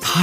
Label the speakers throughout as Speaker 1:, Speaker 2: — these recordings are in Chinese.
Speaker 1: 他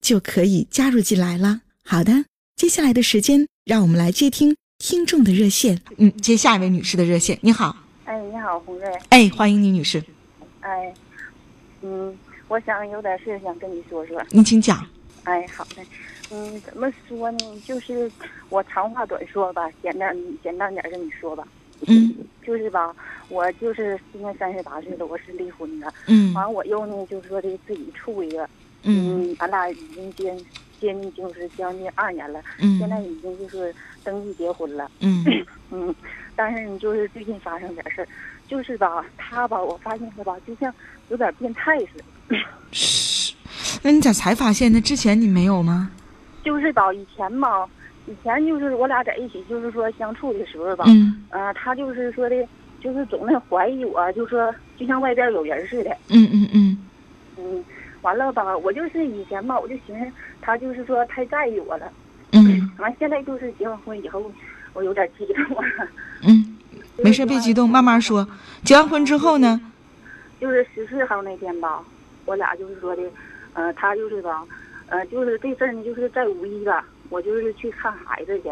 Speaker 2: 就可以加入进来了。好的，接下来的时间，让我们来接听听众的热线。嗯，接下一位女士的热线。你好，
Speaker 3: 哎，你好，洪瑞。
Speaker 2: 哎，欢迎你，女士，
Speaker 3: 哎，嗯，我想有点事想跟你说说。
Speaker 2: 您请讲。
Speaker 3: 哎，好的。嗯，怎么说呢？就是我长话短说吧，简单简单点儿跟你说吧。
Speaker 2: 嗯
Speaker 3: 就是吧，我就是今年三十八岁了，我是离婚的。
Speaker 2: 嗯
Speaker 3: 完，我又呢，就是说的自己处一个，
Speaker 2: 嗯，
Speaker 3: 俺俩已经接接近就是将近二年了，现在
Speaker 2: 嗯
Speaker 3: 已经就是登记结婚了。
Speaker 2: 嗯
Speaker 3: 嗯，但是呢，就是最近发生点事儿，就是吧，他吧，我发现他吧，就像有点变态似的。
Speaker 2: 是。那你咋才发现呢？之前你没有吗？
Speaker 3: 就是吧，以前嘛，以前就是我俩在一起，就是说相处的时候吧，
Speaker 2: 嗯
Speaker 3: 呃，他就是说的，就是总那怀疑我，就说就像外边有人似的。
Speaker 2: 嗯嗯嗯
Speaker 3: 嗯，完了吧，我就是以前吧，我就寻思他就是说太在意我了。
Speaker 2: 嗯
Speaker 3: 完，现在就是结完婚以后，我有点激动了。
Speaker 2: 嗯，没事，别激动，慢慢说。结完婚之后呢？
Speaker 3: 就是十四号那天吧，我俩就是说的，呃，他就是吧，呃，就是这事儿呢，就是在五一吧，我就是去看孩子去，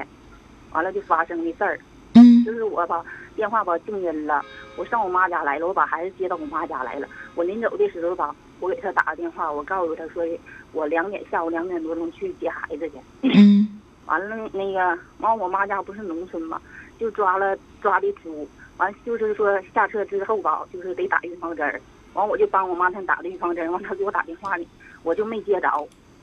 Speaker 3: 完了就发生的事儿，
Speaker 2: 嗯
Speaker 3: 就是我吧电话吧静音了，我上我妈家来了，我把孩子接到我妈家来了，我临走的时候吧，我给他打个电话，我告诉他说的，我两点下午两点多钟去接孩子去，
Speaker 2: 嗯
Speaker 3: 完了那个完我妈家不是农村嘛，就抓了抓的猪，完就是说下车之后吧，就是得打预防针儿，完我就帮我妈她打的预防针儿，完她给我打电话呢，我就没接着，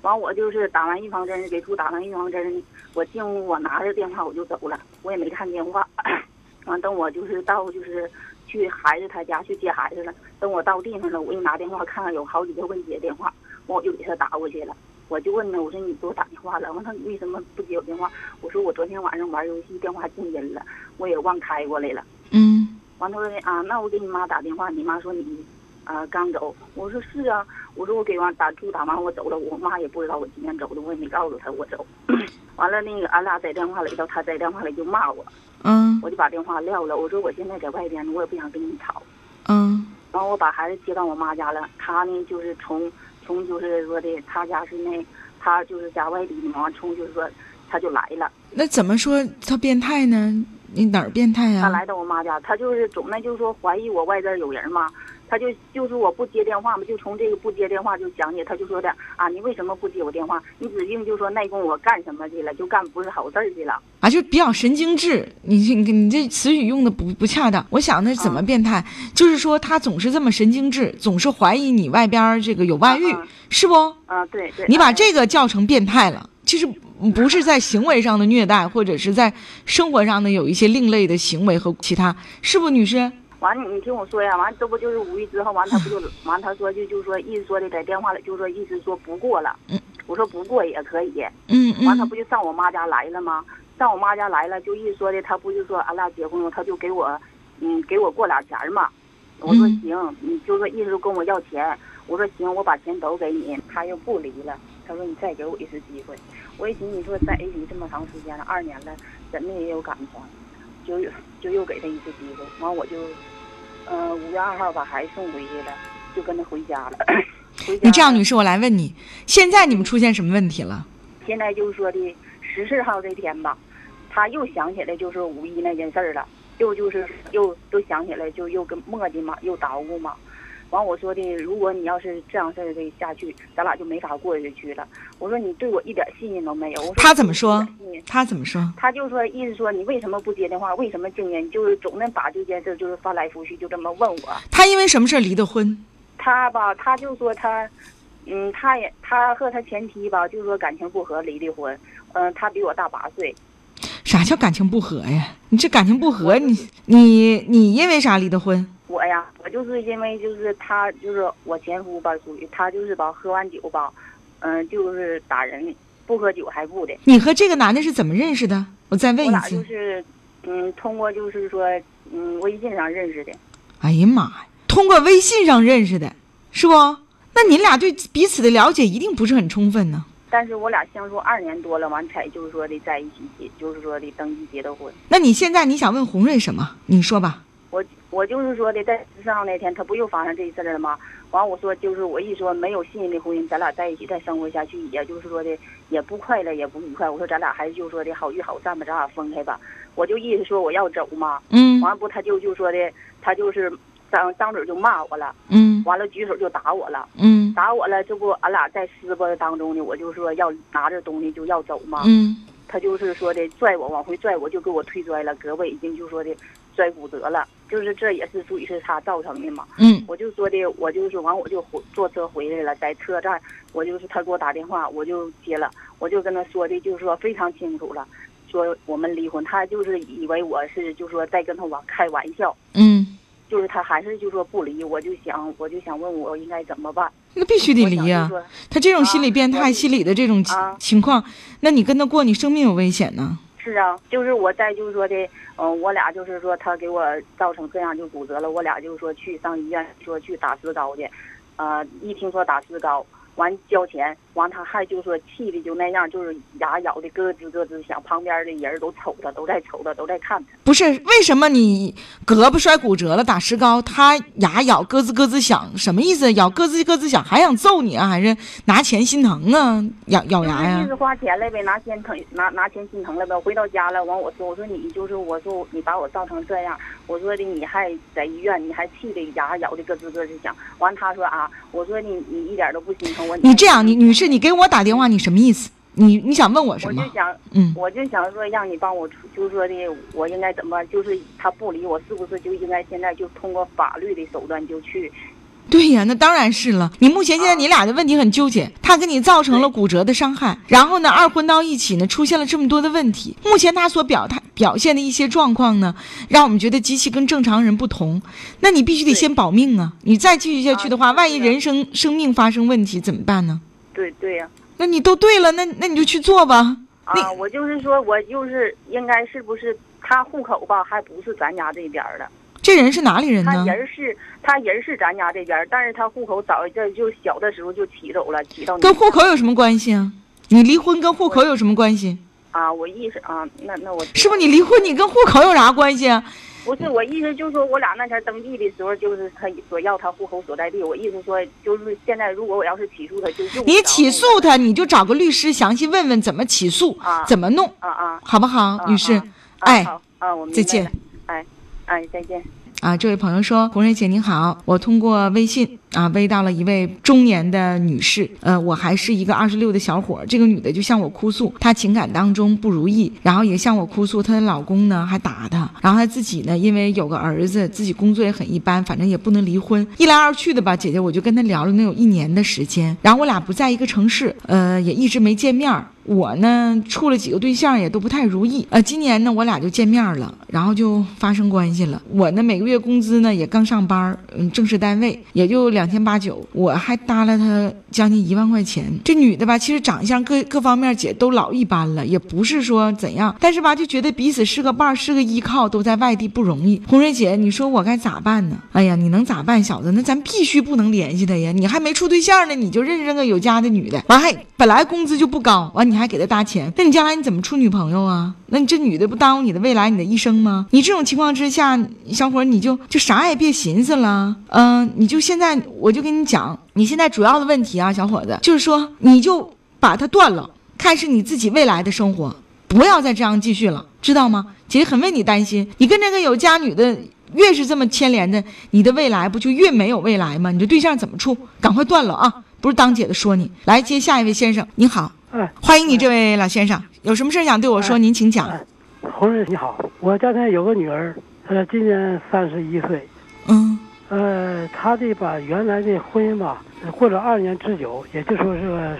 Speaker 3: 完我就是打完预防针儿给猪打完预防针儿，我进屋我拿着电话我就走了，我也没看电话， 完等我就是到就是去孩子他家去接孩子了，等我到地方了，我一拿电话看看有好几个未接电话，完我就给他打过去了。我就问他，我说你给我打电话了，完他为什么不接我电话？我说我昨天晚上玩游戏电话静音了，我也忘开过来了。
Speaker 2: 嗯
Speaker 3: 完他说的啊，那我给你妈打电话，你妈说你啊、刚走。我说是啊，我说我给完打住打完我走了，我妈也不知道我今天走的，我也没告诉她我走。 完了那个俺俩在电话里头，他在电话里就骂我，
Speaker 2: 嗯
Speaker 3: 我就把电话撂了。我说我现在在外边呢，我也不想跟你吵。
Speaker 2: 嗯
Speaker 3: 然后我把孩子接到我妈家了，她呢就是从从就是说的，她家是那，她就是家外地嘛，完从就是说，她就来了，
Speaker 2: 那怎么说他变态呢？你哪儿变态呀、啊
Speaker 3: 她来到我妈家，她就是总那就是说怀疑我外边有人嘛，她就就是我不接电话嘛，就从这个不接电话就想起，她就说的啊，你为什么不接我电话？你指定就说内功我干什么去了，就干不是好事儿去了。
Speaker 2: 啊，就比较神经质。你这你你这词语用的不不恰当。我想那怎么变态？就是说他总是这么神经质，总是怀疑你外边儿这个有外遇，
Speaker 3: 啊啊
Speaker 2: 是不？
Speaker 3: 啊，对对，
Speaker 2: 你把
Speaker 3: 啊
Speaker 2: 这个叫成变态了，其实不是在行为上的虐待，或者是在生活上的有一些另类的行为和其他，是不，女士？
Speaker 3: 完，你听我说呀，完这不就是五一之后，完他不就完他说就就说意思说的在电话里就说意思说不过了，
Speaker 2: 嗯
Speaker 3: 我说不过也可以，
Speaker 2: 嗯
Speaker 3: 完他
Speaker 2: 嗯
Speaker 3: 不就上我妈家来了吗？上我妈家来了，就意思说的他不就说俺俩结婚了，他就给我，嗯，给我过俩钱儿嘛。我说
Speaker 2: 嗯
Speaker 3: 行，你就说意思跟我要钱，我说行，我把钱都给你，他又不离了。他说你再给我一次机会，我一寻思你说在一起这么长时间了，二年了，怎么也有感情，就又就又给他一次机会。完我就，呃，五月二号把孩子送回去了，就跟他回家了。 回家
Speaker 2: 那这样，女士，我来问你，现在你们出现什么问题了？
Speaker 3: 现在就是说的十四号这天吧，他又想起来就是五一那件事儿了，又就是又都想起来，就又跟磨叽嘛，又捣鼓嘛。完我说的，如果你要是这样事儿的下去，咱俩就没法过下去了。我说你对我一点信任都没有。我说
Speaker 2: 他怎么说
Speaker 3: 一点信任
Speaker 2: 他怎么说？
Speaker 3: 他就说意思说你为什么不接电话？为什么静音？就是总能把这件事就是翻来覆去就这么问我。
Speaker 2: 他因为什么事儿离的婚？
Speaker 3: 他吧，他就说他，嗯，他也他和他前妻吧，就说感情不和离的婚。嗯、他比我大八岁，
Speaker 2: 啥叫感情不和呀？你这感情不和，你你你因为啥离的婚？
Speaker 3: 我哎呀，我就是因为就是他就是我前夫吧，属于他就是吧，喝完酒吧，嗯、就是打人，不喝酒还不的。
Speaker 2: 你和这个男的是怎么认识的？我再问
Speaker 3: 我
Speaker 2: 一
Speaker 3: 俩就
Speaker 2: 次。
Speaker 3: 是，嗯，通过就是说，嗯，微信上认识的。
Speaker 2: 哎呀妈呀，通过微信上认识的，是不？那你俩对彼此的了解一定不是很充分呢。
Speaker 3: 但是我俩相处二年多了，完才就是说的在一起结，就是说的登记结的婚。
Speaker 2: 那你现在你想问红瑞什么？你说吧。
Speaker 3: 我我就是说的，在时尚那天，他不又发生这事儿了吗？完，我说就是我一说没有信任的婚姻，咱俩在一起再生活下去，也就是说的也不快乐，也不愉快。我说咱俩还是就说的好聚好散吧，咱俩分开吧。我就意思说我要走嘛，
Speaker 2: 嗯
Speaker 3: 完不他就就说的他就是张张嘴就骂我了，
Speaker 2: 嗯
Speaker 3: 完了举手就打我了，
Speaker 2: 嗯
Speaker 3: 打我了，这不俺俩在撕巴当中呢，我就说要拿着东西就要走嘛，
Speaker 2: 嗯，
Speaker 3: 他就是说的拽我往回拽我，就给我推拽了，胳膊已经就说的拽骨折了，就是这也是属于是他造成的嘛。
Speaker 2: 嗯，
Speaker 3: 我就说的，我就是完我就回坐车回来了，在车站我就是他给我打电话，我就接了，我就跟他说的，就是说非常清楚了，说我们离婚，他就是以为我是就说在跟他玩开玩笑，
Speaker 2: 嗯，
Speaker 3: 就是他还是就说不离，我就想我就想问我应该怎么办，
Speaker 2: 那必须得
Speaker 3: 我想
Speaker 2: 离
Speaker 3: 就
Speaker 2: 呀、
Speaker 3: 说
Speaker 2: 他这种心理
Speaker 3: 啊
Speaker 2: 变
Speaker 3: 我
Speaker 2: 态、
Speaker 3: 理
Speaker 2: 心理的这种情
Speaker 3: 啊
Speaker 2: 情况，那你跟他过，你生命有危险呢。
Speaker 3: 是啊，就是我在就是说的，嗯、我俩就是说他给我造成这样就骨折了，我俩就是说去上医院说去打石膏去，呃，一听说打石膏，完交钱，完他还就说气的就那样，就是牙咬的咯吱咯吱响，旁边的人都瞅他，都在瞅他，都在看他。
Speaker 2: 不是，为什么你胳膊摔骨折了，打石膏，他牙咬咯吱咯吱响，什么意思？咬咯吱咯吱响，还想揍你啊？还是拿钱心疼啊？咬咬牙
Speaker 3: 就是意
Speaker 2: 呀、
Speaker 3: 思花钱了呗，拿钱疼，拿拿钱心疼了呗。回到家了，完我说，我说你就是，我说你把我造成这样，我说的你还在医院，你还气的牙咬的咯吱咯吱响。完他说啊，我说你你一点都不心疼我。
Speaker 2: 你这样，你女士，你给我打电话，你什么意思？你你想问我
Speaker 3: 我
Speaker 2: 什
Speaker 3: 就
Speaker 2: 么？
Speaker 3: 想，
Speaker 2: 嗯，
Speaker 3: 我就想说让你帮我出，就是说的我应该怎么，就是他不理我，是不是就应该现在就通过法律的手段就去？
Speaker 2: 对呀，那当然是了。你目前现在你俩的问题很纠结，他给你造成了骨折的伤害，然后呢，二婚到一起呢，出现了这么多的问题。目前他所表态表现的一些状况呢，让我们觉得极其跟正常人不同。那你必须得
Speaker 3: 对
Speaker 2: 先保命啊！你再继续下去的话，
Speaker 3: 啊是的
Speaker 2: 万一人生生命发生问题怎么办呢？
Speaker 3: 对对呀、
Speaker 2: 那你都对了，那那你就去做吧。
Speaker 3: 啊，我就是说我就是应该是不是他户口吧，还不是咱家这边儿的。
Speaker 2: 这人是哪里人
Speaker 3: 他
Speaker 2: 呢？
Speaker 3: 人是他人是咱家这边儿，但是他户口早就就小的时候就起走了，起到你
Speaker 2: 跟户口有什么关系啊？你离婚跟户口有什么关系？
Speaker 3: 啊，我意思啊，那那我
Speaker 2: 是不是你离婚你跟户口有啥关系啊？
Speaker 3: 不是我意思，就是说我俩那天登记的时候，就是他所要他户口所在地，我意思说就是现在如果我要是起诉他，就用不
Speaker 2: 你
Speaker 3: 着
Speaker 2: 起
Speaker 3: 那
Speaker 2: 诉
Speaker 3: 个
Speaker 2: 他，你就找个律师详细问问怎么起诉，
Speaker 3: 啊
Speaker 2: 怎么弄，
Speaker 3: 啊啊，
Speaker 2: 好不好，
Speaker 3: 啊
Speaker 2: 女士
Speaker 3: 啊？
Speaker 2: 哎
Speaker 3: 啊好啊，我明
Speaker 2: 再
Speaker 3: 白
Speaker 2: 见
Speaker 3: 了，哎哎，再见。
Speaker 2: 啊，这位朋友说，红瑞姐您好，我通过微信啊微到了一位中年的女士，呃，我还是一个二十六的小伙儿，这个女的就向我哭诉她情感当中不如意，然后也向我哭诉她的老公呢还打她，然后她自己呢因为有个儿子，自己工作也很一般，反正也不能离婚，一来二去的吧，姐姐我就跟她聊了能有一年的时间，然后我俩不在一个城市，呃，也一直没见面儿。我呢处了几个对象也都不太如意，呃，今年呢我俩就见面了，然后就发生关系了。我呢每个月工资呢也刚上班儿，嗯，正式单位也就两千八九，我还搭了她将近一万块钱。这女的吧，其实长相各各方面姐都老一般了，也不是说怎样，但是吧就觉得彼此是个伴儿，是个依靠，都在外地不容易。红瑞姐，你说我该咋办呢？哎呀，你能咋办，小子？那咱必须不能联系她呀！你还没处对象呢，你就认识个有家的女的，完还本来工资就不高，完你还给她搭钱，那你将来你怎么处女朋友啊？那你这女的不耽误你的未来，你的一生吗？你这种情况之下，小伙儿你就就啥也别寻思了，嗯、你就现在我就跟你讲，你现在主要的问题啊，小伙子，就是说你就把它断了，开始你自己未来的生活。不要再这样继续了，知道吗？姐姐很为你担心，你跟这个有家女的越是这么牵连的，你的未来不就越没有未来吗？你这对象怎么处？赶快断了啊！不是当姐的说你。来接下一位先生，您好，
Speaker 4: 哎，
Speaker 2: 欢迎你这位老先生，有什么事儿想对我说，您请讲。
Speaker 4: 红日你好，我家呢有个女儿，呃，今年三十一岁，
Speaker 2: 嗯
Speaker 4: 呃，她的吧原来的婚姻吧呃过了二年之久，也就说是个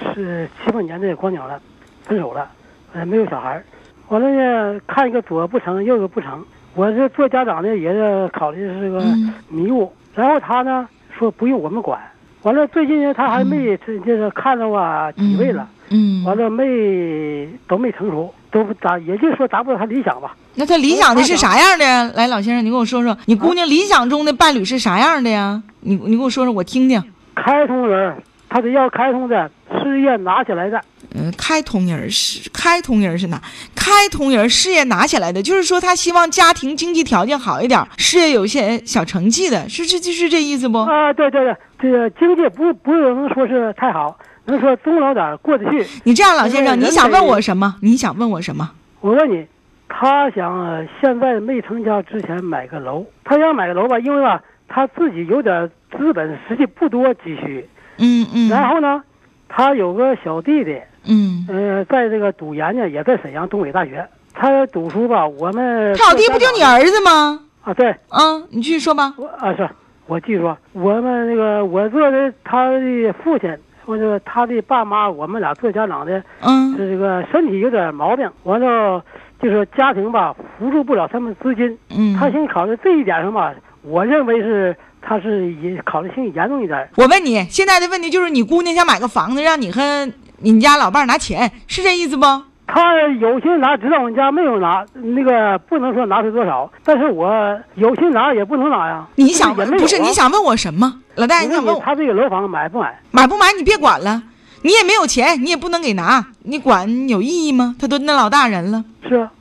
Speaker 4: 是是七八年的光景了，分手了，呃，没有小孩儿，完了呢看一个左不成，右一个不成，我这做家长的也是考虑是个
Speaker 2: 嗯
Speaker 4: 迷雾，然后她呢说不用我们管，完了最近呢她还没这就是看着吧几位了。
Speaker 2: 嗯，
Speaker 4: 完了没都没成熟，都不达，也就是说达不到他理想吧。
Speaker 2: 那他理想的是啥样的呀？来，老先生，你跟我说说，你姑娘理想中的伴侣是啥样的呀？你你给我说说，我听听。
Speaker 4: 开通人，他得要开通的，事业拿起来的。
Speaker 2: 呃，开通人儿是开通人儿是哪？开通人儿事业拿起来的，就是说他希望家庭经济条件好一点儿，事业有一些小成绩的，是这就是这意思不？
Speaker 4: 啊，对对对，这个经济不不能说是太好，能说中老点儿过得去。
Speaker 2: 你这样，老先生，
Speaker 4: 因为
Speaker 2: 你
Speaker 4: 人
Speaker 2: 想问
Speaker 4: 得
Speaker 2: 我什么？你想问我什么？
Speaker 4: 我问你，他想呃现在没成家之前买个楼，他想买个楼吧，因为吧他自己有点资本，实际不多急需。
Speaker 2: 嗯
Speaker 4: 然
Speaker 2: 嗯
Speaker 4: 后呢，他有个小弟弟，
Speaker 2: 嗯，
Speaker 4: 呃，在这个读研呢，也在沈阳东北大学。他读书吧，我们
Speaker 2: 他小弟不就你儿子吗？
Speaker 4: 啊？对，
Speaker 2: 啊，你继续说吧。
Speaker 4: 我啊是，我继续说，我们那个我做的他的父亲或者他的爸妈，我们俩做家长的，
Speaker 2: 嗯
Speaker 4: 是这个身体有点毛病，完了就是家庭吧扶助不了他们资金，他
Speaker 2: 嗯，
Speaker 4: 先考虑这一点上吧，我认为是他是也考虑性严重一点，
Speaker 2: 我问你，现在的问题就是你姑娘想买个房子，让你和你家老伴儿拿钱，是这意思不？
Speaker 4: 他有心拿，知道我们家没有拿，那个不能说拿出多少，但是我有心拿也不能拿呀。
Speaker 2: 你想
Speaker 4: 也
Speaker 2: 问
Speaker 4: 没有
Speaker 2: 不是
Speaker 4: 啊
Speaker 2: 你？想问我什么？老大爷，
Speaker 4: 我
Speaker 2: 你想
Speaker 4: 问
Speaker 2: 问
Speaker 4: 你
Speaker 2: 我
Speaker 4: 他这个楼房买不买？
Speaker 2: 买不买你别管了，你也没有钱，你也不能给拿，你管有意义吗？他都那老大人了，
Speaker 4: 是啊，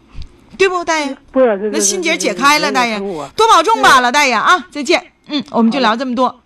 Speaker 2: 对不，大爷？
Speaker 4: 不是？这
Speaker 2: 那
Speaker 4: 这
Speaker 2: 心结
Speaker 4: 这这
Speaker 2: 解
Speaker 4: 这
Speaker 2: 开
Speaker 4: 这
Speaker 2: 了
Speaker 4: 这
Speaker 2: 大
Speaker 4: 这
Speaker 2: 爷
Speaker 4: 我
Speaker 2: 多保重吧，老大爷啊，再见。嗯，我们就聊这么多。